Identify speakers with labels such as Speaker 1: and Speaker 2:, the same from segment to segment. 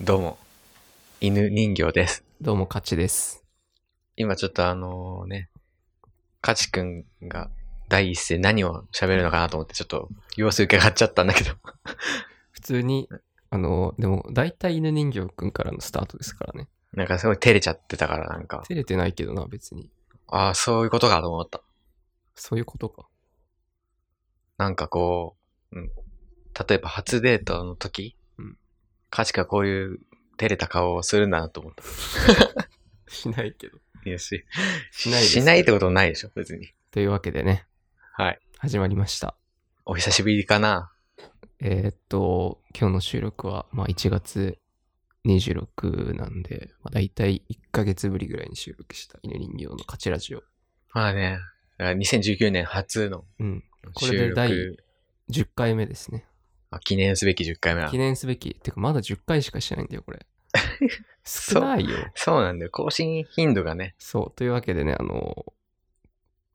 Speaker 1: どうも、犬人形です。
Speaker 2: どうも、カチです。
Speaker 1: 今ちょっとあのね、かちくんが第一声何を喋るのかなと思ってちょっと様子伺っちゃったんだけど。
Speaker 2: 普通に、あの、でも、大体犬人形くんからのスタートですからね。
Speaker 1: なんかすごい照れちゃってたからなんか、
Speaker 2: 照れてないけどな、別に。
Speaker 1: ああ、そういうことかと思った。
Speaker 2: そういうことか。
Speaker 1: なんかこう、うん、例えば初デートの時、
Speaker 2: うん
Speaker 1: かちくんはこういう照れた顔をするんだなと思った。
Speaker 2: しないけど。
Speaker 1: いやし、
Speaker 2: しないです
Speaker 1: しないってことないでしょ、別に。
Speaker 2: というわけでね、
Speaker 1: はい。
Speaker 2: 始まりました。
Speaker 1: お久しぶりかな。
Speaker 2: えーっと、今日の収録は、まあ、1月26なんで、まあ、大体1ヶ月ぶりぐらいに収録した犬人形のカチラジオ。
Speaker 1: まあね、だから2019年初の
Speaker 2: うん。これ
Speaker 1: 収
Speaker 2: で第
Speaker 1: 録、
Speaker 2: 10回目ですね。
Speaker 1: あ記念すべき10回目だ
Speaker 2: 記。念すべき。てか、まだ10回しかしてないんだよ、 これ。
Speaker 1: そ
Speaker 2: 少
Speaker 1: う
Speaker 2: ないよ。
Speaker 1: そうなんだよ。更新頻度がね。
Speaker 2: そう、というわけでね、あの、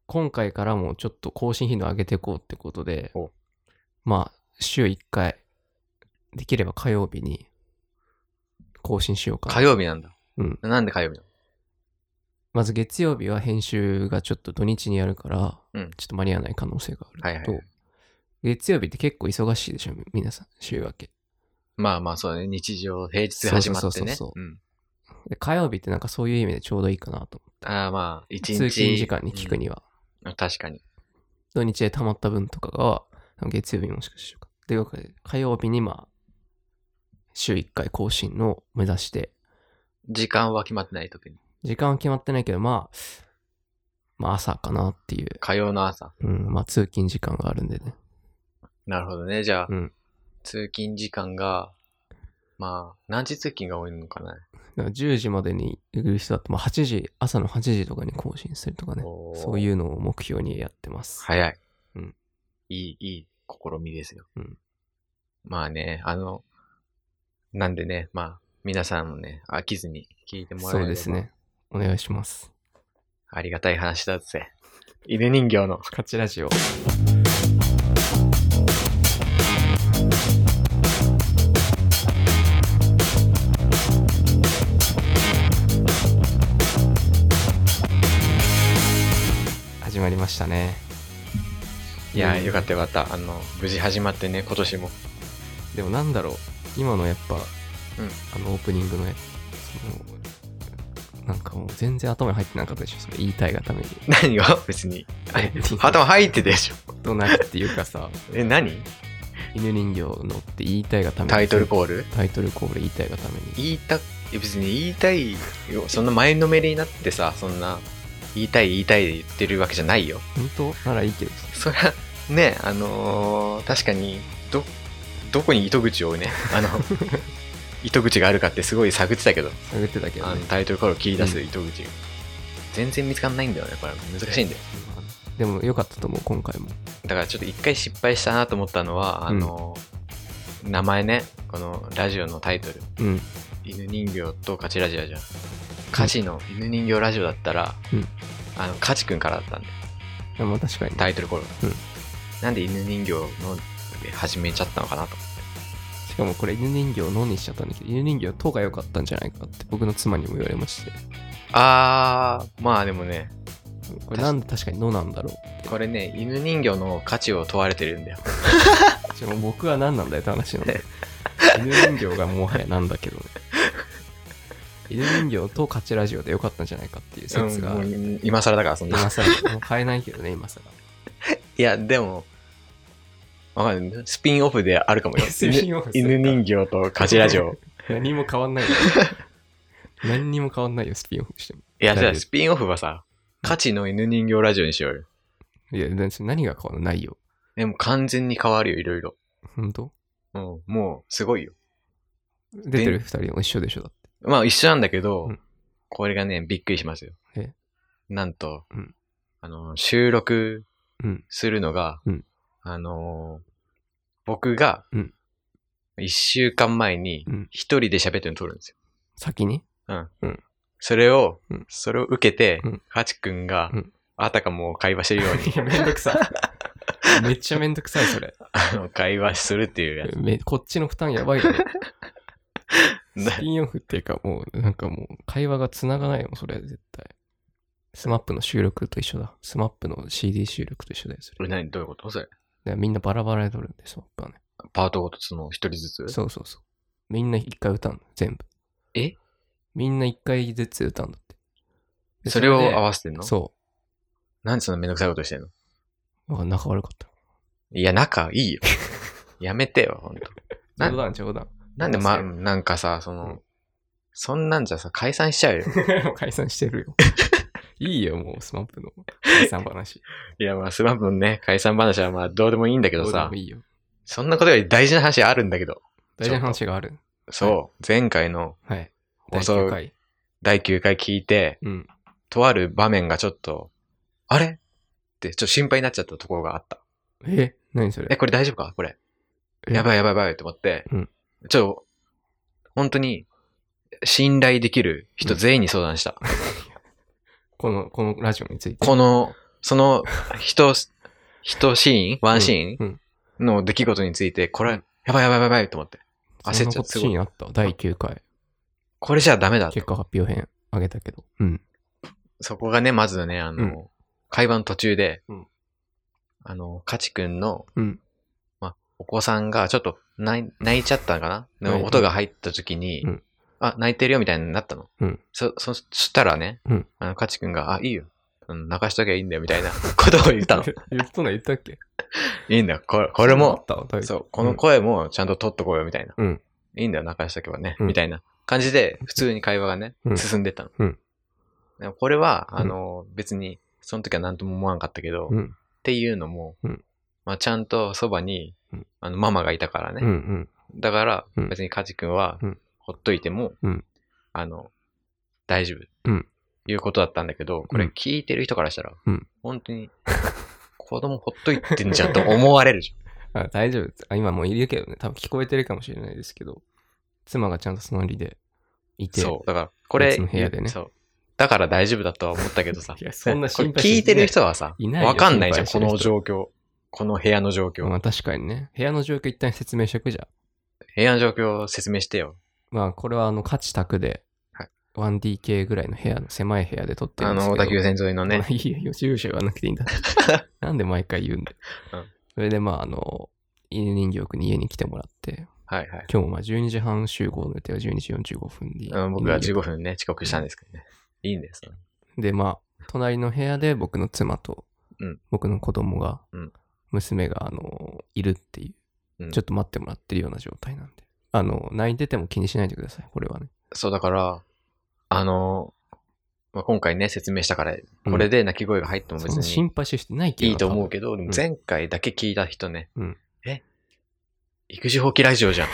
Speaker 2: 今回からもちょっと更新頻度上げていこうってことで
Speaker 1: お、
Speaker 2: まあ、週1回、できれば火曜日に更新しようか
Speaker 1: 火
Speaker 2: な。
Speaker 1: 曜日なんだ。
Speaker 2: うん。
Speaker 1: なんで火曜日なの
Speaker 2: まず月曜日は編集がちょっと土日にやるから、
Speaker 1: うん
Speaker 2: ちょっと間に合わない可能性があるのと、
Speaker 1: はいはいは
Speaker 2: 月曜日って結構忙しいでしょ、皆さん、週明け。
Speaker 1: まあまあそうだね。日常、平日始まってね。。
Speaker 2: そうそうそうそうんで火曜日ってなんかそういう意味でちょうどいいかなと思って。
Speaker 1: ああまあ、一日。
Speaker 2: 通勤時間に聞くには。
Speaker 1: うん。確かに。
Speaker 2: 土日で溜まった分とかが、月曜日にもしかしようか。というわけで、火曜日にまあ、週1回更新の目指して、
Speaker 1: 時間は決まってない特に。
Speaker 2: 時間は決まってないけど、まあ、まあ朝かなっていう、
Speaker 1: 火曜の朝。
Speaker 2: うん、まあ通勤時間があるんでね。
Speaker 1: なるほどね。じゃあ、
Speaker 2: うん。
Speaker 1: 通勤時間が、まあ、何時通勤が多いのかな。
Speaker 2: だから10時までに売る人だと、まあ8時、朝の8時とかに更新するとかね
Speaker 1: おー。
Speaker 2: そういうのを目標にやってます。
Speaker 1: 早い。
Speaker 2: うん。
Speaker 1: いい、いい試みですよ。
Speaker 2: うん
Speaker 1: まあね、あの、なんでね、まあ、皆さんもね、飽きずに聞いてもらえ
Speaker 2: そ
Speaker 1: れ
Speaker 2: う
Speaker 1: ば
Speaker 2: ですね。お願いします。
Speaker 1: ありがたい話だぜ。 犬人形の。
Speaker 2: カチラジオ。始まりましたね。
Speaker 1: いや、
Speaker 2: うん
Speaker 1: よかったよかった。あの、無事始まってね、今年も。
Speaker 2: でもなんだろう、今のやっぱ、
Speaker 1: ん
Speaker 2: あのオープニングのやつ、そのなんかもう全然頭に入ってなかったでしょ、それ言いたいがために。
Speaker 1: 何が別に。 頭入ってたでしょ。
Speaker 2: となくっていうかさ、
Speaker 1: え、何
Speaker 2: 犬人形のって言いたいがために。
Speaker 1: タイトルコール
Speaker 2: タイトルコール言いたいがために。
Speaker 1: 言いた、いや別に言いたいよ。そんな前のめりになってさ、そんな、言いたい言いたいで言ってるわけじゃないよ。
Speaker 2: 本当ならいいけどさ。
Speaker 1: そりゃ、ね、あのー確かに、ど、どこに糸口 をね、あの、糸口があるかってすごい探ってたけど、
Speaker 2: 探ってたけど、
Speaker 1: あ
Speaker 2: ね
Speaker 1: の、タイトルコールを切り出す糸口、全然見つかんないんだよね、これ。難しいんだよ。
Speaker 2: まあでも良かったと思う、今回も。
Speaker 1: だからちょっと一回失敗したなと思ったのは、あの、名前ね、このラジオのタイトル、
Speaker 2: うん。
Speaker 1: 犬人形とカチラジオじゃん。カチの犬人形ラジオだったら、
Speaker 2: うん
Speaker 1: あの、カチくんからだったんで、
Speaker 2: まあ確かに。
Speaker 1: タイトルコールが。
Speaker 2: うん
Speaker 1: なんで犬人形ので始めちゃったのかなと。
Speaker 2: しかもこれ犬人形のにしちゃったんだけど、犬人形とが良かったんじゃないかって僕の妻にも言われまして。
Speaker 1: あー、まあでもね、
Speaker 2: これなんで確かにのなんだろう。
Speaker 1: これね、犬人形の価値を問われてるんだよ。
Speaker 2: じゃあもう僕は何なんだよって話なんで。 犬人形がもはやなんだけどね。犬人形と勝ちラジオで良かったんじゃないかっていう説があ
Speaker 1: う
Speaker 2: る。
Speaker 1: んもう今更だから、そんな。
Speaker 2: 今更、もう買えないけどね、今 更。。
Speaker 1: いや、でも、わかんない。スピンオフであるかもよ
Speaker 2: スピンオフするか
Speaker 1: 犬犬人形とカジラジオ。
Speaker 2: 何も変わんないよ何にも変わんないよ、スピンオフしても。
Speaker 1: いや、じゃ
Speaker 2: 大
Speaker 1: あ
Speaker 2: 丈夫
Speaker 1: スピンオフはさ、価値の犬人形ラジオにしようよ。
Speaker 2: いや、だって何が変わんないよ。
Speaker 1: でも完全に変わるよ、いろいろ。
Speaker 2: 本当
Speaker 1: うん、もう、すごいよ。
Speaker 2: 出てる二人も一緒でしょだっ
Speaker 1: まあ、一緒なんだけど、
Speaker 2: うん
Speaker 1: これがね、びっくりしますよ。
Speaker 2: え
Speaker 1: なんと、
Speaker 2: うん
Speaker 1: あの、収録
Speaker 2: て。うん。
Speaker 1: するのが、
Speaker 2: うん
Speaker 1: あのー僕が
Speaker 2: うん、
Speaker 1: 一週間前に
Speaker 2: うん、
Speaker 1: 一人で喋ってるの撮るんですよ。
Speaker 2: 先に
Speaker 1: それを、
Speaker 2: うん
Speaker 1: それを受けて
Speaker 2: うん、
Speaker 1: カチ君が
Speaker 2: うん、
Speaker 1: あたかも会話してるよう に、
Speaker 2: いや、めんどくさ。めっちゃめんどくさい、それ。
Speaker 1: あの、会話するっていうやつ。
Speaker 2: めこっちの負担やばいよね。
Speaker 1: な
Speaker 2: スピンオフっていうかもう、なんかもう、会話が繋がないもん、それ絶対。スマップの収録と一緒だ。スマップの CD 収録と一緒だよ、そ
Speaker 1: これ
Speaker 2: れ。
Speaker 1: 何どういうことそれ。
Speaker 2: でみんなバラバラで撮るんで、スマップはね。
Speaker 1: パートごとその一人ずつ
Speaker 2: そうそうそう。みんな一回歌うの、全部。
Speaker 1: え
Speaker 2: みんな一回ずつ歌うんだって。で
Speaker 1: それを合
Speaker 2: で
Speaker 1: わせてんの
Speaker 2: そ
Speaker 1: なんでそんなめんどくさいことしてんの
Speaker 2: う。なんか仲悪かった。
Speaker 1: いや、仲い いよ。やめてよ、ほんと。な
Speaker 2: 冗談、冗談。
Speaker 1: なんでま、
Speaker 2: う
Speaker 1: なんかさ、その、
Speaker 2: うん
Speaker 1: そんなんじゃさ、解散しちゃうよ。
Speaker 2: もう解散し てるよ。いいよ、もう、スマップの解散話。
Speaker 1: いや、まあ、スマップのね、解散話はまあ、どうでもいいんだ け
Speaker 2: ど
Speaker 1: ど
Speaker 2: うで
Speaker 1: さ
Speaker 2: も、いいよ。
Speaker 1: そんなことより大事な話あるんだけど。
Speaker 2: 大事な話がある。
Speaker 1: そう、前回の
Speaker 2: はい。
Speaker 1: 放
Speaker 2: 第
Speaker 1: 送
Speaker 2: 9回。
Speaker 1: 第9回聞いて、
Speaker 2: うん。
Speaker 1: とある場面がちょっと、あれって、ちょっと心配になっちゃったところがあった。
Speaker 2: え、何それ
Speaker 1: え、これ大丈夫かこれ。
Speaker 2: え
Speaker 1: やばいやばいやばいと思って、
Speaker 2: うん
Speaker 1: ちょっと、本当に、信頼できる人全員に相談した。
Speaker 2: この、このラジオについて。
Speaker 1: この、その、人、人シーンワンシーン、
Speaker 2: うん。
Speaker 1: の出来事について、これ、やばいやばいやばいと思って。焦
Speaker 2: 焦
Speaker 1: っ
Speaker 2: っ
Speaker 1: ちゃ
Speaker 2: ちゃ
Speaker 1: っ
Speaker 2: ってた。
Speaker 1: す
Speaker 2: シ
Speaker 1: ごい
Speaker 2: ーンあった。第9回。
Speaker 1: これじゃダメだと。
Speaker 2: 結果発表編あげたけど。うん。
Speaker 1: そこがね、まずね、あの、
Speaker 2: うん
Speaker 1: 会話の途中で、
Speaker 2: うん
Speaker 1: あの、かちくんの
Speaker 2: うん。
Speaker 1: お子さんがちょっと泣い泣いちゃったのかな
Speaker 2: はい
Speaker 1: の音が入った時に、
Speaker 2: うん
Speaker 1: あ、泣いてるよみたいになったの。
Speaker 2: うん
Speaker 1: そ、そそしたらね、
Speaker 2: うん
Speaker 1: あの、かちくんが、あ、いいよ。うん泣かしときゃいいんだよみたいな ことを言ったの。
Speaker 2: 言ったの言ったっけ
Speaker 1: いいんだよ。これこれ
Speaker 2: あ
Speaker 1: も
Speaker 2: っ、たわ。第
Speaker 1: そう、この声もちゃんと取っとこうよみたいな。
Speaker 2: うん
Speaker 1: いいんだよ、泣かしとけばね。
Speaker 2: うん
Speaker 1: みたいな感じで、普通に会話がね、
Speaker 2: うん
Speaker 1: 進んでったの。
Speaker 2: うん
Speaker 1: でもこれは、
Speaker 2: ん
Speaker 1: あの、別に、その時は何とも思わんかったけど、
Speaker 2: う
Speaker 1: っ
Speaker 2: ん。
Speaker 1: ていうのも、
Speaker 2: うん
Speaker 1: まあ、ちゃんとそばに
Speaker 2: うん、
Speaker 1: あの、ママがいたから
Speaker 2: うんう
Speaker 1: ね。
Speaker 2: ん。
Speaker 1: だから、
Speaker 2: うん
Speaker 1: 別にカジ君は
Speaker 2: うん、
Speaker 1: ほっといても
Speaker 2: うん、
Speaker 1: あの、大丈夫。
Speaker 2: うん
Speaker 1: いうことだったんだけど、これ聞いてる人からしたら
Speaker 2: うん、
Speaker 1: 本当に、子供ほっといてんじゃんと思われるじ
Speaker 2: あ大丈夫ですあ。今もういるけどね。多分聞こえてるかもしれないですけど。妻がちゃんとそのり でい
Speaker 1: ゃん。
Speaker 2: て。
Speaker 1: そう。だから、これ、
Speaker 2: 別の部屋でね
Speaker 1: そう。だだから大丈夫だとは思ったけどさ
Speaker 2: 。いやそんな心配
Speaker 1: これ聞いてる人はさ
Speaker 2: い、ないよ
Speaker 1: わかんないじゃん、こ
Speaker 2: 心配
Speaker 1: の
Speaker 2: して
Speaker 1: 状況。この部屋の状況。
Speaker 2: まあ確かにね。部屋の状況一旦説明しとくじゃん。
Speaker 1: 部屋の状況を説明してよ。
Speaker 2: まあこれはあの、価値宅で
Speaker 1: はい、
Speaker 2: 1DK ぐらいの部屋の狭い部屋で撮ってる
Speaker 1: あ
Speaker 2: んですけ
Speaker 1: の、
Speaker 2: ど。
Speaker 1: 小田急線沿いのね
Speaker 2: まあ。いいよ、予習者言わなくていい んだ。なんで毎回言うんだよ。
Speaker 1: うん
Speaker 2: それで、まあ、あの、犬人形くんに家に来てもらって、
Speaker 1: はいはい。
Speaker 2: 今日もまあ12時半集合の予定は12時45分に。
Speaker 1: あの僕は
Speaker 2: 犬人形
Speaker 1: 15分ね、遅刻したんですけどね。いいんですよ。
Speaker 2: で、まあ、隣の部屋で僕の妻と
Speaker 1: うん、
Speaker 2: 僕の子供が
Speaker 1: うん、
Speaker 2: 娘が、あの、いるっていうう、
Speaker 1: ん
Speaker 2: ちょっと待ってもらってるような状態なんで。あの、泣いてても気にしないでください、これはね。
Speaker 1: そう、だから、あの、まあ、今回ね、説明したから、これで泣き声が入っても
Speaker 2: そ
Speaker 1: 別
Speaker 2: の
Speaker 1: に
Speaker 2: 心配ししてないけど。
Speaker 1: いいと思うけど、で
Speaker 2: ん
Speaker 1: も前回だけ聞いた人ね、
Speaker 2: うん
Speaker 1: え育児放棄ラジオじゃん。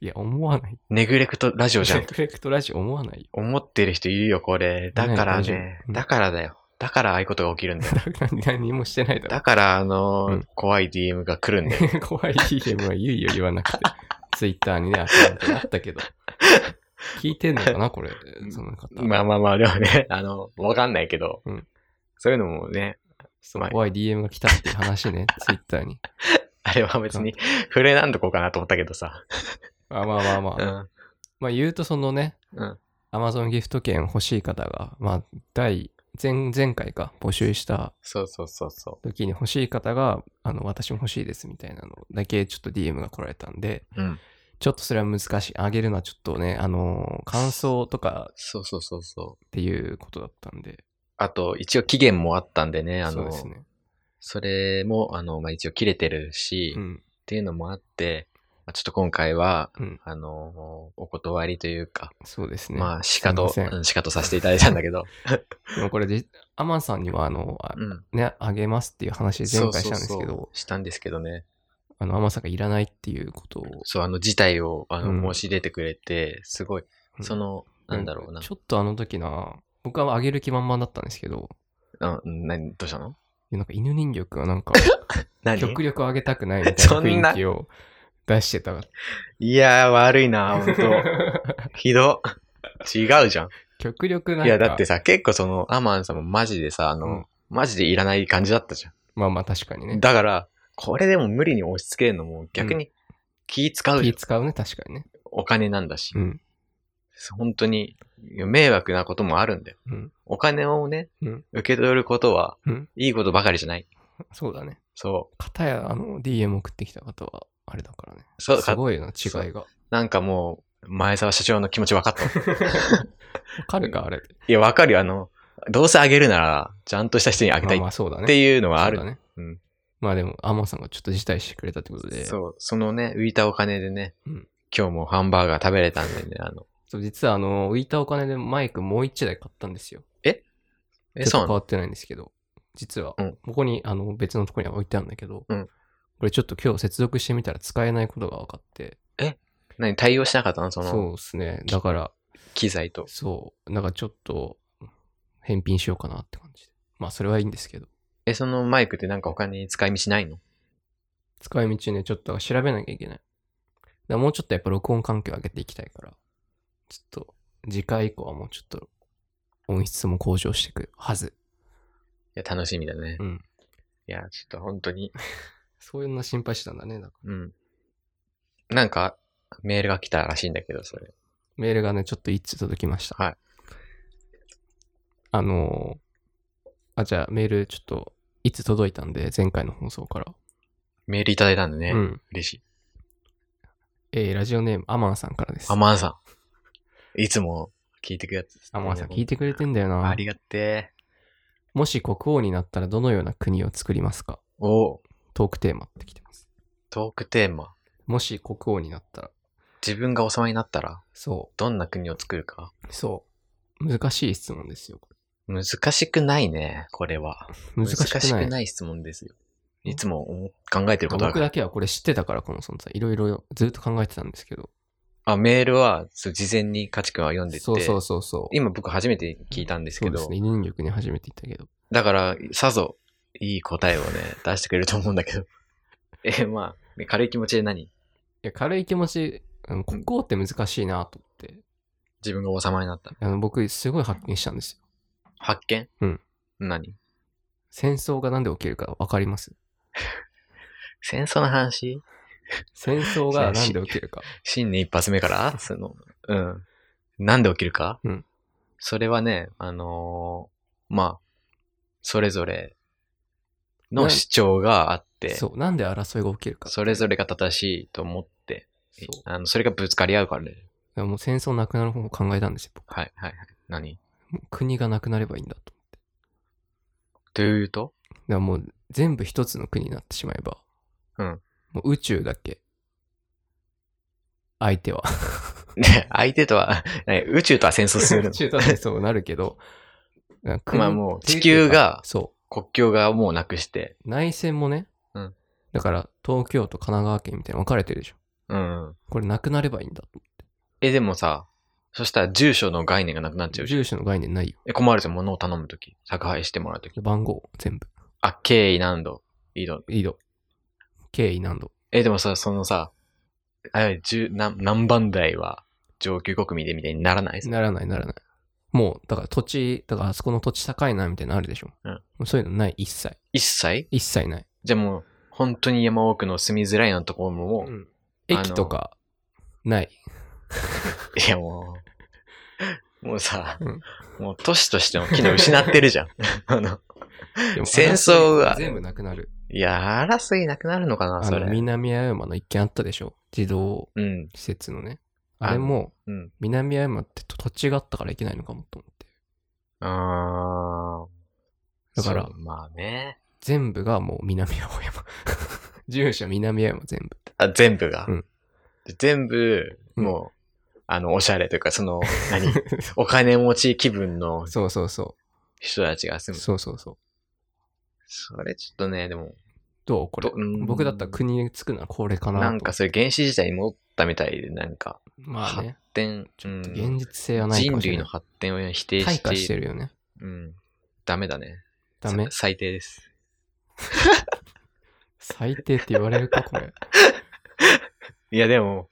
Speaker 2: いや、思わない。
Speaker 1: ネグレクトラジオじゃん
Speaker 2: ネ。 グレクトラジオ思わないよ。
Speaker 1: 思ってる人いるよ、これ。だからね
Speaker 2: 大丈、夫
Speaker 1: だからだよ。だからああいうことが起きるんだよ。
Speaker 2: 何何もしてないだろ
Speaker 1: だから、あのー
Speaker 2: うん
Speaker 1: 怖い DM が来る んだよ。
Speaker 2: 怖い DM は言うよ言わ なくて。ツイッターにね、アカウントがあったけど。聞いてんのかなこれ、その方。
Speaker 1: まあまあまあ、でもね、 あの、わかんないけど、
Speaker 2: うん
Speaker 1: そういうのもね、
Speaker 2: そう怖い DM が来たっていう話ね、ツイッターに。
Speaker 1: あれは別に触れなんとこうかなと思ったけどさ。
Speaker 2: まあまあまあまあ。
Speaker 1: うん。
Speaker 2: まあ言うとそのね、
Speaker 1: うん。
Speaker 2: Amazon ギフト券欲しい方が、まあ、第、前、前回か、募集した
Speaker 1: そうそうそうそ
Speaker 2: 時に欲しい方が、あの、私も欲しいですみたいなのだけちょっと DM が来られたんで、
Speaker 1: う。うん。
Speaker 2: ちょっとそれは難しい。あげるのはちょっとね、あの感想とか
Speaker 1: そうそうそうそう。
Speaker 2: っていうことだったんで、
Speaker 1: あと、一応期限もあったんでね、あ
Speaker 2: そう
Speaker 1: の、
Speaker 2: で
Speaker 1: そ
Speaker 2: すね。
Speaker 1: れも、あの、まあ、一応切れてるし、
Speaker 2: う
Speaker 1: っ
Speaker 2: ん。
Speaker 1: ていうのもあって、まあちょっと今回は、
Speaker 2: うん。
Speaker 1: あの、お断りというか、
Speaker 2: そうですね。
Speaker 1: まあ、しかと、
Speaker 2: すいません
Speaker 1: うんしかとさせていただいたんだけど、
Speaker 2: でもこれじ、アマンさんには、あの、あ
Speaker 1: うん。
Speaker 2: ね、あげますっていう話前回したんです
Speaker 1: そう
Speaker 2: け
Speaker 1: そうそ
Speaker 2: ど
Speaker 1: う、したんですけどね。
Speaker 2: あの、アマンさんがいらないっていうことを、
Speaker 1: そう、あの、事態を、あ
Speaker 2: う
Speaker 1: の、
Speaker 2: ん
Speaker 1: 申し出てくれて、すごい、
Speaker 2: うん
Speaker 1: その、なんだろうな
Speaker 2: ち。ょっとあの時な、僕はあげる気満々だったんですけど、
Speaker 1: あうん、何、どうしたの
Speaker 2: なんか犬人形くんはなんか、
Speaker 1: 何
Speaker 2: 極力あげたくないみたいな雰囲気を出してた。
Speaker 1: いやー、悪いな、 本 当ひど。違うじゃん。
Speaker 2: 極力なんか、
Speaker 1: いや、だってさ、結構その、アマンさんもマジでさ、あの、
Speaker 2: うん
Speaker 1: マジでいらない感じだったじゃ
Speaker 2: まあまあ確かに
Speaker 1: ん。
Speaker 2: ね。
Speaker 1: だから、これでも無理に押し付けるのも逆に気使うじゃん
Speaker 2: 気使うね、確かにね。
Speaker 1: お金なんだし。
Speaker 2: うん。
Speaker 1: 本当に迷惑なこともあるんだよ。
Speaker 2: うん。
Speaker 1: お金をね、
Speaker 2: うん
Speaker 1: 受け取ることは
Speaker 2: うん、
Speaker 1: いいことばかりじゃない。
Speaker 2: そうだね。
Speaker 1: そ
Speaker 2: 片や、あの、DM 送ってきた方は、あれだからね。
Speaker 1: う。そう
Speaker 2: す
Speaker 1: か、
Speaker 2: ごいよな、違いが。
Speaker 1: なんかもう、前澤社長の気持ち分かった。 い
Speaker 2: わかるか、あれ。
Speaker 1: や、分かるよ。あの、どうせあげるなら、ちゃんとした人にあげたい
Speaker 2: まあま
Speaker 1: っ
Speaker 2: あ、そうだね。
Speaker 1: ていうのはある。
Speaker 2: そうだね。
Speaker 1: うん
Speaker 2: まあでも、アマンさんがちょっと辞退してくれたってことで、
Speaker 1: そう、そのね、浮いたお金でね、
Speaker 2: うん
Speaker 1: 今日もハンバーガー食べれたんでね、あの、
Speaker 2: そう実はあの、浮いたお金でマイクもう一台買ったんですよ。
Speaker 1: え、
Speaker 2: ちょ
Speaker 1: そうな
Speaker 2: っと変わ
Speaker 1: の
Speaker 2: ってないんですけど、実は、
Speaker 1: うん
Speaker 2: ここに、あの、別のとこには置いてあるんだけど、
Speaker 1: うん
Speaker 2: これちょっと今日接続してみたら使えないことが分かって、
Speaker 1: 何対応しなかったのその
Speaker 2: そうですね。だから、
Speaker 1: 機材と。
Speaker 2: そう、なんかちょっと、返品しようかなって感じで。まあ、それはいいんですけど、
Speaker 1: え、そのマイクってなんか他に使い道ないの
Speaker 2: 使い道ね、ちょっと調べなきゃいけない。だからもうちょっとやっぱ録音環境を上げていきたいから、ちょっと、次回以降はもうちょっと、音質も向上していくはず。
Speaker 1: いや、楽しみだね。
Speaker 2: うん。
Speaker 1: いや、ちょっと本当に、
Speaker 2: そういうの心配してたんだね。だから
Speaker 1: うん。なんか、メールが来たらしいんだけど、それ。
Speaker 2: メールがね、ちょっと一通届きました。
Speaker 1: はい。
Speaker 2: あのーあ、じゃあメールちょっと、いつ届いたんで、前回の放送から。
Speaker 1: メールいただいたんでね。
Speaker 2: うん。
Speaker 1: 嬉しい。
Speaker 2: えーラジオネーム、アマンさんからです。
Speaker 1: アマンさん。いつも聞いてくれて
Speaker 2: アマンさん、聞いてくれてんだよな
Speaker 1: あ。りがてえ。
Speaker 2: もし国王になったらどのような国を作りますか
Speaker 1: おう
Speaker 2: トークテーマってきてます。
Speaker 1: トークテーマ。
Speaker 2: もし国王になったら。
Speaker 1: 自分が王様になったら、
Speaker 2: そ
Speaker 1: どんな国を作るか。
Speaker 2: う。そう。難しい質問ですよ。こ
Speaker 1: 難しくないね、これは。
Speaker 2: れ難しくない。
Speaker 1: 質問ですよ。いつも思っ考えてることあ
Speaker 2: 僕
Speaker 1: る。
Speaker 2: だけはこれ知ってたから、この存在。いろいろずっと考えてたんですけど。
Speaker 1: あ、メールは、そう事前にカチ君は読んでて、
Speaker 2: そうそうそうそう。
Speaker 1: 今僕初めて聞いたんです
Speaker 2: そ
Speaker 1: け
Speaker 2: うで
Speaker 1: ど、
Speaker 2: すね。人力に初めて言ったけど。
Speaker 1: だから、さぞ、いい答えをね、出してくれると思うんだけど。 え、まあ、ね軽い気持ちで何
Speaker 2: いや、軽い気持ち、あの国王って難しいなと思って、
Speaker 1: 自分が王様になった。
Speaker 2: あの僕、すごい発見したんですよ。
Speaker 1: 発見
Speaker 2: うん。
Speaker 1: 何
Speaker 2: 戦争がなんで起きるか分かります
Speaker 1: 戦争の話
Speaker 2: 戦争がなんで起きるか。
Speaker 1: 新年一発目からその、うん。なんで起きるか
Speaker 2: うん
Speaker 1: それはね、あのーまあ、それぞれ
Speaker 2: な
Speaker 1: の
Speaker 2: ん
Speaker 1: 主張があって、
Speaker 2: そう、なんで争いが起きるか。
Speaker 1: それぞれが正しいと思って、
Speaker 2: そうだか
Speaker 1: あのそれがぶつかり合うからね。
Speaker 2: らもう戦争なくなる方法を考えたんですよ。僕
Speaker 1: はいはいはい。何
Speaker 2: もう国がなくなればいいんだと。
Speaker 1: というと
Speaker 2: だからもう全部一つの国になってしまえば、
Speaker 1: うん。
Speaker 2: もう宇宙だけ。相手は。
Speaker 1: ね、相手とは、ね宇宙とは戦争するの
Speaker 2: 宇。宙と戦争になる けど、だから
Speaker 1: まあ
Speaker 2: 国
Speaker 1: もう地球が
Speaker 2: そう。
Speaker 1: 国境がもうなくして、
Speaker 2: 内戦もね、
Speaker 1: うん
Speaker 2: だから東京と神奈川県みたいに分かれてるでしょ
Speaker 1: うん。
Speaker 2: これなくなればいいんだ
Speaker 1: え、でもさ、そしたら住所の概念がなくなっちゃうし。
Speaker 2: 住所の概念ないよ
Speaker 1: え困るじゃん、物を頼むとき。宅配してもらうとき。
Speaker 2: 番号全部
Speaker 1: あ、経緯何度緯度。
Speaker 2: 緯度経緯何度
Speaker 1: え、でもさ、そのさ、あ十何何番台は上級国民でみたいにならない
Speaker 2: ならないならないもうだから土地だからあそこの土地高いなみたいなのあるでしょ、
Speaker 1: うん
Speaker 2: もうそういうのない一切
Speaker 1: 一切
Speaker 2: 一切ない、
Speaker 1: じゃあもう、本当に山奥の住みづらいようなところも、
Speaker 2: 駅とかない
Speaker 1: いやもう、 もうさ、
Speaker 2: うん
Speaker 1: もう都市としての機能失ってるじゃん。 あの、
Speaker 2: でも
Speaker 1: 戦争が
Speaker 2: 全部なくなる
Speaker 1: いや、争いなくなるのかな、
Speaker 2: あ
Speaker 1: そ
Speaker 2: の
Speaker 1: れ。
Speaker 2: 南青山の一件あったでしょ児童
Speaker 1: うん、
Speaker 2: 施設のねあれも
Speaker 1: うん。
Speaker 2: 南青山って土地があったからいけないのかもと思って
Speaker 1: あー
Speaker 2: だから
Speaker 1: そうまあね。
Speaker 2: 全部がもう南青山。 住所南青山全部。
Speaker 1: あ、全部が。
Speaker 2: うん
Speaker 1: 全部、
Speaker 2: うん
Speaker 1: もう、あの、おしゃれというか、その、 何お金持ち気分の
Speaker 2: そうそうそ
Speaker 1: 人たちが
Speaker 2: う。
Speaker 1: 住む。
Speaker 2: そうそうそう。
Speaker 1: それちょっとね、でも、
Speaker 2: どうこれ
Speaker 1: どう。ん
Speaker 2: 僕だったら国に作るのはこれかなと。
Speaker 1: なんかそれ原始時代に戻ったみたいで、なんか、
Speaker 2: まあね。
Speaker 1: 発展、うん
Speaker 2: 現実性はないか
Speaker 1: 人
Speaker 2: もしれ
Speaker 1: 類
Speaker 2: な
Speaker 1: の
Speaker 2: い。
Speaker 1: 発展を否定
Speaker 2: 退
Speaker 1: し
Speaker 2: 化
Speaker 1: て
Speaker 2: してるよね。
Speaker 1: うん。ダメだね。
Speaker 2: ダメ
Speaker 1: さ。最低です。
Speaker 2: 最低って言われるか、これ。
Speaker 1: いや、でも、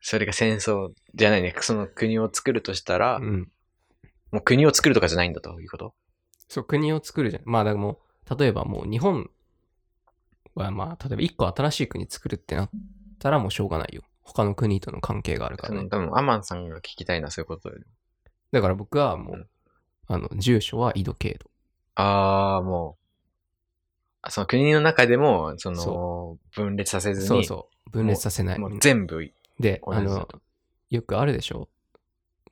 Speaker 1: それが戦争じゃないね。その国を作るとしたら、
Speaker 2: うん。
Speaker 1: もう国を作るとかじゃないんだということ
Speaker 2: そう、国を作るじゃん。まあ、だからもう、例えばもう日本はまあ、例えば一個新しい国作るってなったらもうしょうがないよ。他の国との関係があるか
Speaker 1: そ
Speaker 2: ら
Speaker 1: の
Speaker 2: ね。
Speaker 1: 多分アマンさんが聞きたいのはそういうことよ。
Speaker 2: だから僕はも
Speaker 1: う
Speaker 2: う、あの、住所は井戸経度。
Speaker 1: ああ、もう。あその国の中でも、その
Speaker 2: そ、
Speaker 1: 分裂させずに、
Speaker 2: そうそう。分裂させない。
Speaker 1: も
Speaker 2: みん
Speaker 1: う
Speaker 2: な
Speaker 1: 全部、
Speaker 2: で、
Speaker 1: 同じ
Speaker 2: あの、よくあるでしょ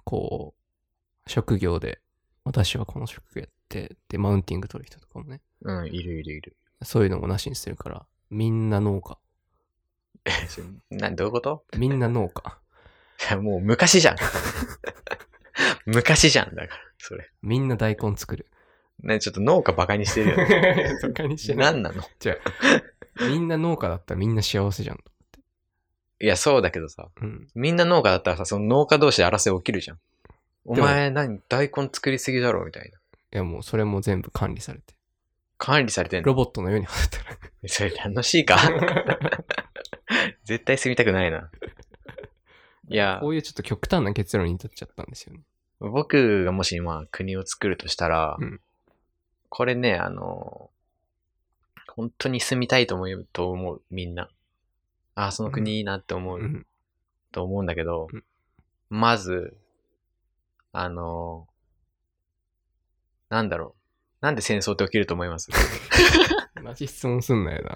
Speaker 2: こう、職業で、私はこの職業やって、で、マウンティング取る人とかもね、
Speaker 1: うん、いるいるいる。
Speaker 2: そういうのもなしにするから、みんな農家。
Speaker 1: な、どういうこと
Speaker 2: みんな農家。
Speaker 1: いや もう昔じゃん。昔じゃん、だから、それ。
Speaker 2: みんな大根 作る。
Speaker 1: ね、ちょっと農家バカにしてるよ ね。
Speaker 2: そかにしてない
Speaker 1: 何なの
Speaker 2: 違う。みんな農家だったらみんな幸せじゃん。
Speaker 1: いや、そうだけどさ、
Speaker 2: うん。
Speaker 1: みんな農家だったらさ、その農家同士で争い起きるじゃん。お
Speaker 2: でも
Speaker 1: 前何、大根作りすぎだろみたいな。
Speaker 2: いやもうそれも全部管理されて。
Speaker 1: 管理されてんの
Speaker 2: ロボットのように働く。
Speaker 1: それ楽しいか 絶対住みたくないな。いや
Speaker 2: こ、ういうちょっと極端な結論に至っちゃったんですよね。
Speaker 1: 僕がもし今国を作るとしたら、
Speaker 2: うん
Speaker 1: これね、あの、本当に住みたいと思うと思う、みんな。ああ、その国いいなって思う、
Speaker 2: うん。
Speaker 1: と思うんだけど、
Speaker 2: うん
Speaker 1: まず、あの、なんだろう。なんで戦争って起きると思います
Speaker 2: 同じ質問すんなよな。い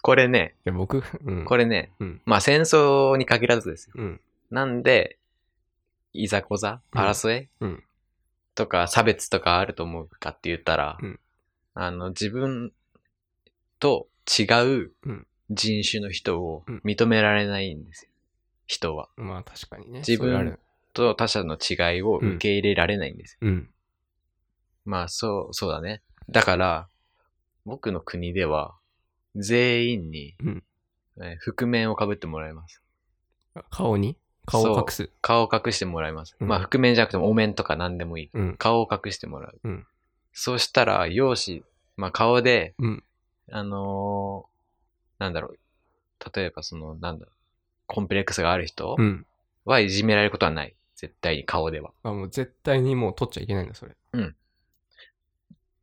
Speaker 1: これね、
Speaker 2: や僕、うん。
Speaker 1: こ
Speaker 2: れ。
Speaker 1: れね、
Speaker 2: うん
Speaker 1: まあ戦争に限らずですよ。
Speaker 2: うん。
Speaker 1: なんで、いざこざ
Speaker 2: うん
Speaker 1: 争い、
Speaker 2: うん
Speaker 1: とか差別とかあると思うかって言ったら、
Speaker 2: うん
Speaker 1: あの、自分と違う
Speaker 2: うん
Speaker 1: 人種の人を
Speaker 2: うん
Speaker 1: 認められないんですよ。人は。
Speaker 2: まあ確かにね。
Speaker 1: 自分
Speaker 2: それある。
Speaker 1: と他者の違いを受け入れられないんですよ。
Speaker 2: うん。
Speaker 1: まあ、そう、そうだね。だから、僕の国では、全員に、
Speaker 2: うん
Speaker 1: えー覆面をかぶってもらいます。
Speaker 2: 顔に顔を隠す。
Speaker 1: 顔を隠してもらいます。
Speaker 2: うん
Speaker 1: まあ、覆面じゃなくても、お面とか何でもいい。
Speaker 2: うん。
Speaker 1: 顔を隠してもらう。
Speaker 2: うん
Speaker 1: そうしたら、容姿、まあ、顔で、
Speaker 2: うん
Speaker 1: あのーなんだろう。例えば、その、なんだろう。コンプレックスがある人
Speaker 2: うん。
Speaker 1: はいじめられることはない。絶対に顔では。
Speaker 2: あ、もう絶対にもう取っちゃいけないんだ、それ。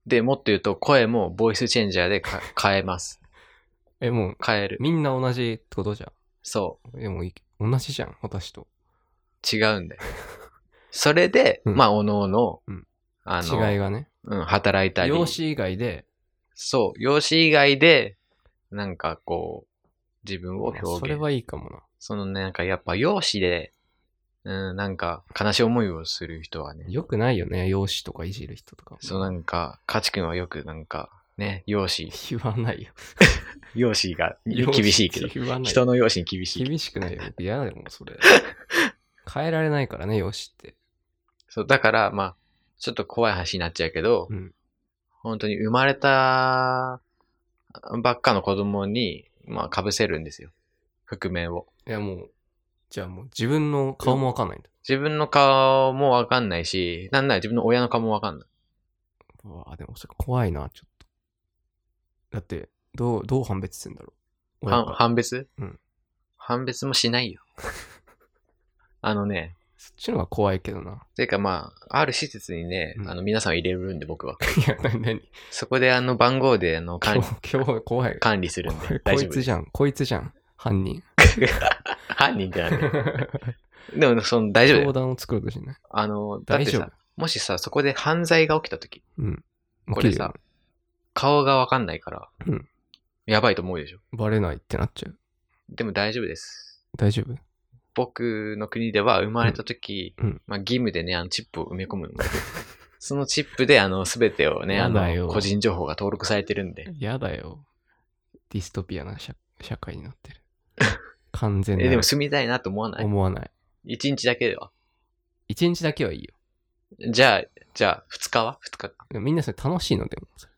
Speaker 1: で、もっと言うと、声もボイスチェンジャーで か変えます。
Speaker 2: え、もう、
Speaker 1: 変える。
Speaker 2: みんな同じってことじゃ
Speaker 1: そ
Speaker 2: ん。でもいい、同じじゃん、私と。
Speaker 1: う。違うん だよ。それで、
Speaker 2: うん
Speaker 1: まあ、おのおの
Speaker 2: うん、
Speaker 1: あの、
Speaker 2: 違いがね。
Speaker 1: うん、働いたり。
Speaker 2: 容姿以外で、
Speaker 1: そう。容姿以外で、なんかこう、自分を表現。
Speaker 2: それはいいかもな。
Speaker 1: そのね、なんかやっぱ容姿で、うん、なんか悲しい思いをする人はね、
Speaker 2: よくないよね、容姿とかいじる人とか。
Speaker 1: そうなんか、カチ君はよくなんか、ね、容姿、
Speaker 2: 言わないよ。
Speaker 1: 容姿が厳しいけど、
Speaker 2: 言わない。
Speaker 1: 人の容姿に厳しい。
Speaker 2: 厳しく ないよ。僕嫌だよ、もうそれ。変えられないからね、容姿って。
Speaker 1: そう、だから、まあ、ちょっと怖い話になっちゃうけど、
Speaker 2: うん
Speaker 1: 本当に生まれたばっかの子供に、まあ、被せるんですよ。覆面を。
Speaker 2: いや、もう、じゃあもう自分の顔もわかんないんだ。
Speaker 1: 自分の顔もわかんないし、なんなら自分の親の顔もわかんない。
Speaker 2: うわあでもそれ怖いな、ちょっと。だって、どう、どう判別するんだろう。
Speaker 1: 判
Speaker 2: 親か
Speaker 1: 判別
Speaker 2: うん
Speaker 1: 判別もしない よ。あのね、
Speaker 2: そっちの方が怖いけどな。
Speaker 1: ていうかまあ、ある施設にね、
Speaker 2: うん
Speaker 1: あの、皆さんを入れるんで僕は。
Speaker 2: いや、なになに
Speaker 1: そこであの、番号であの、管
Speaker 2: 今
Speaker 1: 理、
Speaker 2: 日、今日怖い。
Speaker 1: 管理するん
Speaker 2: こ
Speaker 1: で
Speaker 2: れ、
Speaker 1: 大
Speaker 2: こ
Speaker 1: 丈
Speaker 2: い
Speaker 1: 夫
Speaker 2: つ
Speaker 1: です。
Speaker 2: じゃん、こいつじゃん、犯人。
Speaker 1: 犯人ってなんだよでも、その、大丈夫だ
Speaker 2: 相
Speaker 1: よ。
Speaker 2: 談を作ろうとしない。
Speaker 1: あの、だっ
Speaker 2: 大
Speaker 1: て
Speaker 2: 丈夫
Speaker 1: さ、。もしさ、そこで犯罪が起きた時、
Speaker 2: うん。
Speaker 1: これさ、顔がわかんないから、
Speaker 2: うん
Speaker 1: やばいと思うでしょ。
Speaker 2: バレないってなっちゃう。
Speaker 1: でも大丈夫です。
Speaker 2: 大丈夫
Speaker 1: 僕の国では生まれた時、
Speaker 2: うんうん
Speaker 1: まあ、義務でね、あのチップを埋め込むの。 そのチップで、あの、すべてをね、あ
Speaker 2: やだよ
Speaker 1: の、個人情報が登録されてるんで。
Speaker 2: やだよ。ディストピアな社社会になってる。完全な
Speaker 1: え、でも住みたいなと思わない
Speaker 2: 思わない。
Speaker 1: 一日だけでは。
Speaker 2: 一日だけはいいよ。
Speaker 1: じゃあ、じゃあ、二日は二日か。
Speaker 2: でもみんなそれ楽しいのでも。それ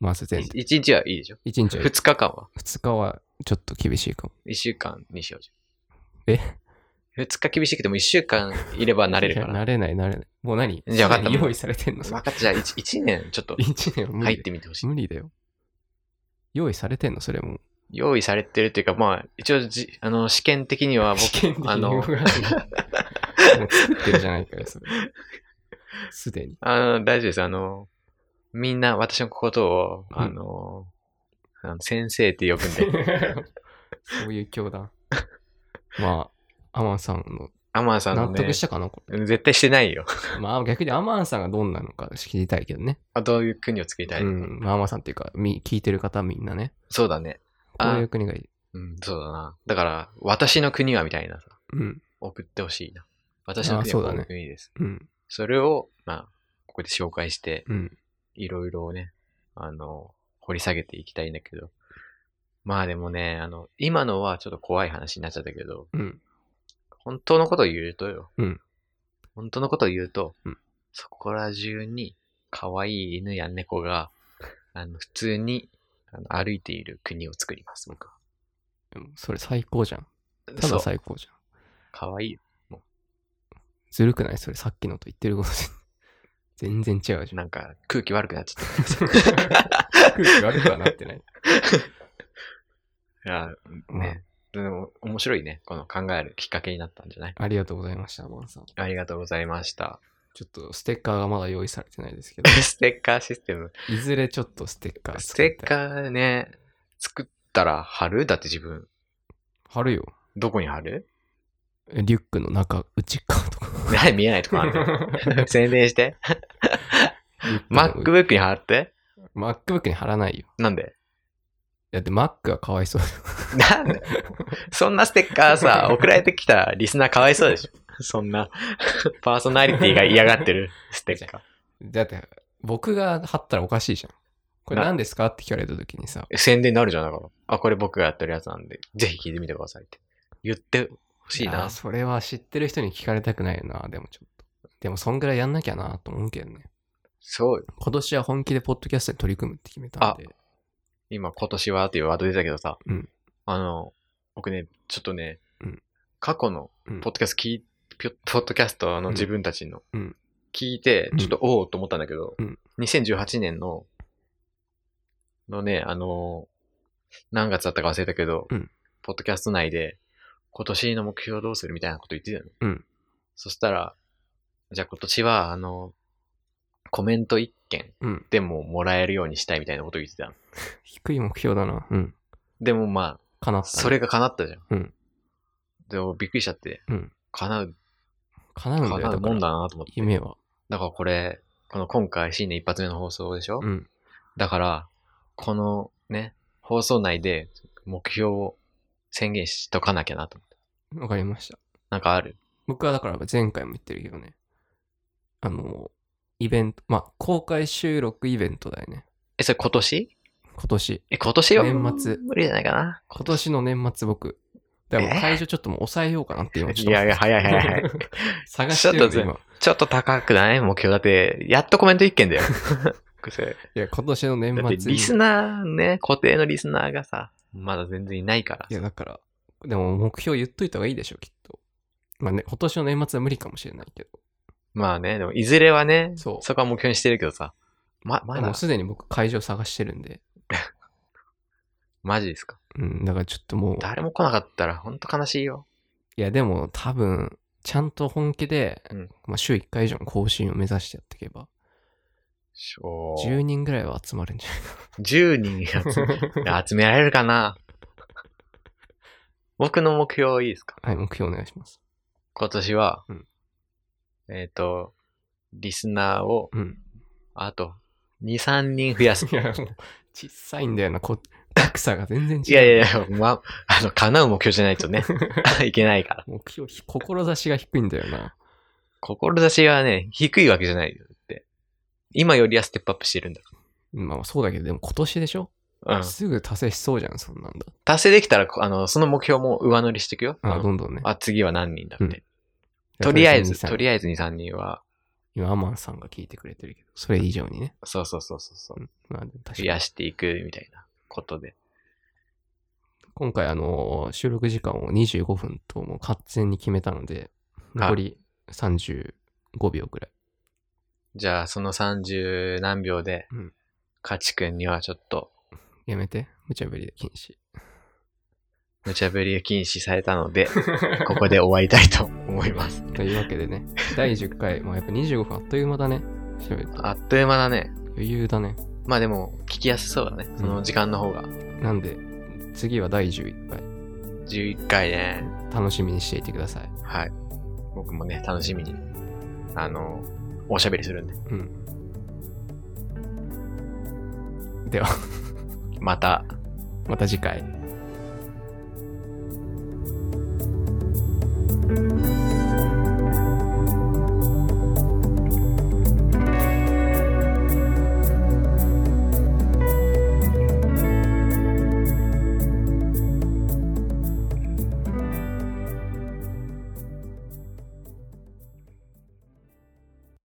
Speaker 2: まず全然。
Speaker 1: 一日はいいでしょ
Speaker 2: 一日は
Speaker 1: 二日間は
Speaker 2: 二日はちょっと厳しいかも。
Speaker 1: 一週間にしようじ
Speaker 2: え
Speaker 1: ゃん。二日厳しくても一週間いれば慣れるか
Speaker 2: いや
Speaker 1: ら。
Speaker 2: 慣れない、慣れない。もう何
Speaker 1: じゃあ分かった
Speaker 2: 用意されてんの
Speaker 1: 分かった。じゃあ、一一年ちょっと
Speaker 2: 一年は無
Speaker 1: 入
Speaker 2: 理
Speaker 1: っ
Speaker 2: だ
Speaker 1: て
Speaker 2: よ。
Speaker 1: みてほしい。
Speaker 2: 無理だよ。用意されてんのそれも。
Speaker 1: 用意されてるというか、まあ、一応じ、あの、試験的には僕
Speaker 2: 試、験的
Speaker 1: あ
Speaker 2: に
Speaker 1: の
Speaker 2: 用があるもう作ってるじゃないかよ、それ。すでに。
Speaker 1: あの、大丈夫です。あの、みんな私のことを、
Speaker 2: うん
Speaker 1: あ の、あの先生って呼ぶんで。
Speaker 2: そういう教団。まあ、アマンさんの
Speaker 1: アマンさんの
Speaker 2: 納
Speaker 1: ね、
Speaker 2: 得したかな、こ
Speaker 1: 絶対してないよ。
Speaker 2: れまあ逆にアマンさんがどんなのか知りたいけどね。
Speaker 1: あどういう国を作りたい、
Speaker 2: うん。まあアマンさんっていうか、み聞いてる方みんなね。
Speaker 1: そうだね。
Speaker 2: こ
Speaker 1: あ
Speaker 2: ういう国がいい。
Speaker 1: うん、そうだな。だから、私の国はみたいなさ、
Speaker 2: うん。
Speaker 1: 送ってほしいな。私の国は
Speaker 2: あそうだ
Speaker 1: こ
Speaker 2: ね
Speaker 1: の国です。
Speaker 2: うん。
Speaker 1: それを、まあ、ここで紹介して、
Speaker 2: うん。
Speaker 1: いろいろね、あの、掘り下げていきたいんだけど。まあでもね、あの、今のはちょっと怖い話になっちゃったけど、
Speaker 2: うん。
Speaker 1: 本当のことを言うとよ。
Speaker 2: うん
Speaker 1: 本当のことを言うと、
Speaker 2: うん
Speaker 1: そこら中に可愛い犬や猫が、あの、普通にあの歩いている国を作ります、僕は。
Speaker 2: でもそれ最高じゃん。た
Speaker 1: そ
Speaker 2: だ
Speaker 1: う。
Speaker 2: 最高じゃん。
Speaker 1: 可愛いよ。
Speaker 2: ずるくないそれさっきのと言ってること 全然違うじゃん。
Speaker 1: なんか空気悪くなっちゃった。
Speaker 2: 空気悪くはなって ない。
Speaker 1: いや、ね。でも、面白いね。この考えるきっかけになったんじゃない
Speaker 2: ありがとうございました、アマンさん。
Speaker 1: ありがとうございま した。
Speaker 2: ちょっとステッカーがまだ用意されてないですけ ど、
Speaker 1: ステッカーシステム。
Speaker 2: いずれちょっとステッカー
Speaker 1: ス
Speaker 2: 作
Speaker 1: テ
Speaker 2: り
Speaker 1: ッ
Speaker 2: たい。
Speaker 1: カーね、作ったら貼るだって自分。
Speaker 2: 貼るよ。
Speaker 1: どこに貼る
Speaker 2: リュックの中、内側 とか。
Speaker 1: ね見えないとこある ね宣伝して。MacBook に貼って。
Speaker 2: MacBook に貼らないよ。
Speaker 1: なんで
Speaker 2: だって Mac がかわいそう。
Speaker 1: なんでそんなステッカー さ、送られてきたリスナーかわいそうでしょ。そんな、パーソナリティが嫌がってるステッカー。
Speaker 2: だって、僕が貼ったらおかしいじゃん。これ
Speaker 1: な
Speaker 2: 何ですかって聞かれた時にさ、
Speaker 1: 宣伝になるじゃん、だから。あ、これ僕がやってるやつなんで、ぜひ聞いてみてくださいって。言ってほしい
Speaker 2: や
Speaker 1: な
Speaker 2: ー。それは知ってる人に聞かれたくないよな、でもちょっと。でも、そんぐらいやんなきゃなと思うけどね。
Speaker 1: そう。
Speaker 2: 今年は本気でポッドキャストに取り組むって決めたんで。
Speaker 1: 今、今年はっていうワード出たけどさ。
Speaker 2: うん
Speaker 1: あの、僕ね、ちょっとね、
Speaker 2: うん
Speaker 1: 過去の
Speaker 2: うん
Speaker 1: ポッドキャスト聞い、ピョポッドキャストの自分たちの、
Speaker 2: うん
Speaker 1: 聞いて
Speaker 2: う、ん
Speaker 1: ちょっとおおと思ったんだけど、
Speaker 2: うん
Speaker 1: 2018年の、のね、あのー何月だったか忘れたけど、
Speaker 2: うん
Speaker 1: ポッドキャスト内で、今年の目標どうするみたいなこと言ってたよね。
Speaker 2: うん
Speaker 1: そしたら、じゃあ今年は、あの、コメント1件
Speaker 2: うん。
Speaker 1: でももらえるようにしたいみたいなこと言ってたの。
Speaker 2: 低い目標だな。うん。
Speaker 1: でもまあ、
Speaker 2: かなったね。
Speaker 1: それが叶ったじゃん。
Speaker 2: うん
Speaker 1: で、俺びっくりしちゃって、
Speaker 2: うん
Speaker 1: 叶う、
Speaker 2: 叶うんだよ。
Speaker 1: 叶う
Speaker 2: から
Speaker 1: もんだなと思って。
Speaker 2: 夢は。
Speaker 1: だからこれ、この今回新年一発目の放送でしょ、
Speaker 2: うん。
Speaker 1: だから、このね、放送内で目標を宣言しとかなきゃなと思って。
Speaker 2: わかりました。
Speaker 1: なんかある
Speaker 2: 僕はだから前回も言ってるけどね。あの、イベント、まあ、公開収録イベントだよね。
Speaker 1: え、それ今年
Speaker 2: 今年。
Speaker 1: え、今年は
Speaker 2: 年末
Speaker 1: 無理じゃないかな。
Speaker 2: 今年の年末僕。だからもう
Speaker 1: え
Speaker 2: 会場ちょっともう抑えようかなって今ちょっ
Speaker 1: い
Speaker 2: と。
Speaker 1: やいや、早い早い早い。
Speaker 2: 探してるんで今。
Speaker 1: ちょっと高くない目標だって、やっとコメント一件 だよ。それ
Speaker 2: いや、今年の
Speaker 1: だって
Speaker 2: 年末に。
Speaker 1: リスナーね、固定のリスナーがさ、まだ全然いないから
Speaker 2: い。や、だから、でも目標言っといた方がいいでしょ、きっと。まあね、今年の年末は無理かもしれないけど。
Speaker 1: まあね、でもいずれはね、
Speaker 2: そ
Speaker 1: そうこは目標にしてるけどさ、ま、ま
Speaker 2: で
Speaker 1: だ
Speaker 2: も、すでに僕会場探してるんで。
Speaker 1: マジですか。
Speaker 2: うん、だからちょっともう。
Speaker 1: 誰も来なかったらほんと悲しいよ。
Speaker 2: いや、でも多分、ちゃんと本気で、
Speaker 1: うん
Speaker 2: まあ、週1回以上の更新を目指してやっていけば、
Speaker 1: お
Speaker 2: 10
Speaker 1: 10,
Speaker 2: 人ぐらいは集まるんじゃないか
Speaker 1: 人集 め集められるかな僕の目標いいですか
Speaker 2: な。はい、目標お願いします。
Speaker 1: 今年は、
Speaker 2: うん
Speaker 1: えっ、と、リスナーを、
Speaker 2: うん。
Speaker 1: あと、2、3人増やす。い
Speaker 2: いや、もう、小さいんだよな、こ、落差が全然違う。
Speaker 1: やいやいや、ま、あの、叶う目標じゃないとね、 いけないから。
Speaker 2: 目標、ひ志が低いんだよな。
Speaker 1: 志がね、低いわけじゃないよって。今よりはステップアップしてるんだか
Speaker 2: まあ、そうだけど、でも今年でしょ、
Speaker 1: ら。うん。
Speaker 2: すぐ達成しそうじゃん、そんなんだ。
Speaker 1: 達成できたら、こあの、その目標も上乗りしていくよ。
Speaker 2: あ
Speaker 1: あの
Speaker 2: どんどんね。
Speaker 1: あ次は何人だ
Speaker 2: う
Speaker 1: っ
Speaker 2: ん
Speaker 1: て。とりあえず、
Speaker 2: さ
Speaker 1: とりあえず2、3人は、
Speaker 2: 今、アマンさんが聞いてくれてるけど、それ以上にね。
Speaker 1: そうそうそうそうそう、
Speaker 2: まあ、確か
Speaker 1: 増
Speaker 2: に
Speaker 1: やしていくみたいなことで。
Speaker 2: 今回あの収録時間を25分ともう完全に決めたので残り35秒ぐらい
Speaker 1: じゃあ、その30何秒で
Speaker 2: うん、
Speaker 1: カチ君にはちょっと、
Speaker 2: やめて無茶ぶりで禁止
Speaker 1: 無茶ぶりが禁止されたの で、ここで終わりたいと思います。
Speaker 2: というわけでね第10回もうやっぱ25分あっという間だね調べると
Speaker 1: あっという間だね。
Speaker 2: 余裕だね
Speaker 1: まあでも、聞きやすそうだね。その時間の方が。
Speaker 2: なんで次は第11回
Speaker 1: 11回ね。
Speaker 2: 楽しみにしていてください。
Speaker 1: はい。僕もね、楽しみに、あの、おしゃべりするんで。
Speaker 2: うん。では、
Speaker 1: また。
Speaker 2: また次回。
Speaker 3: 「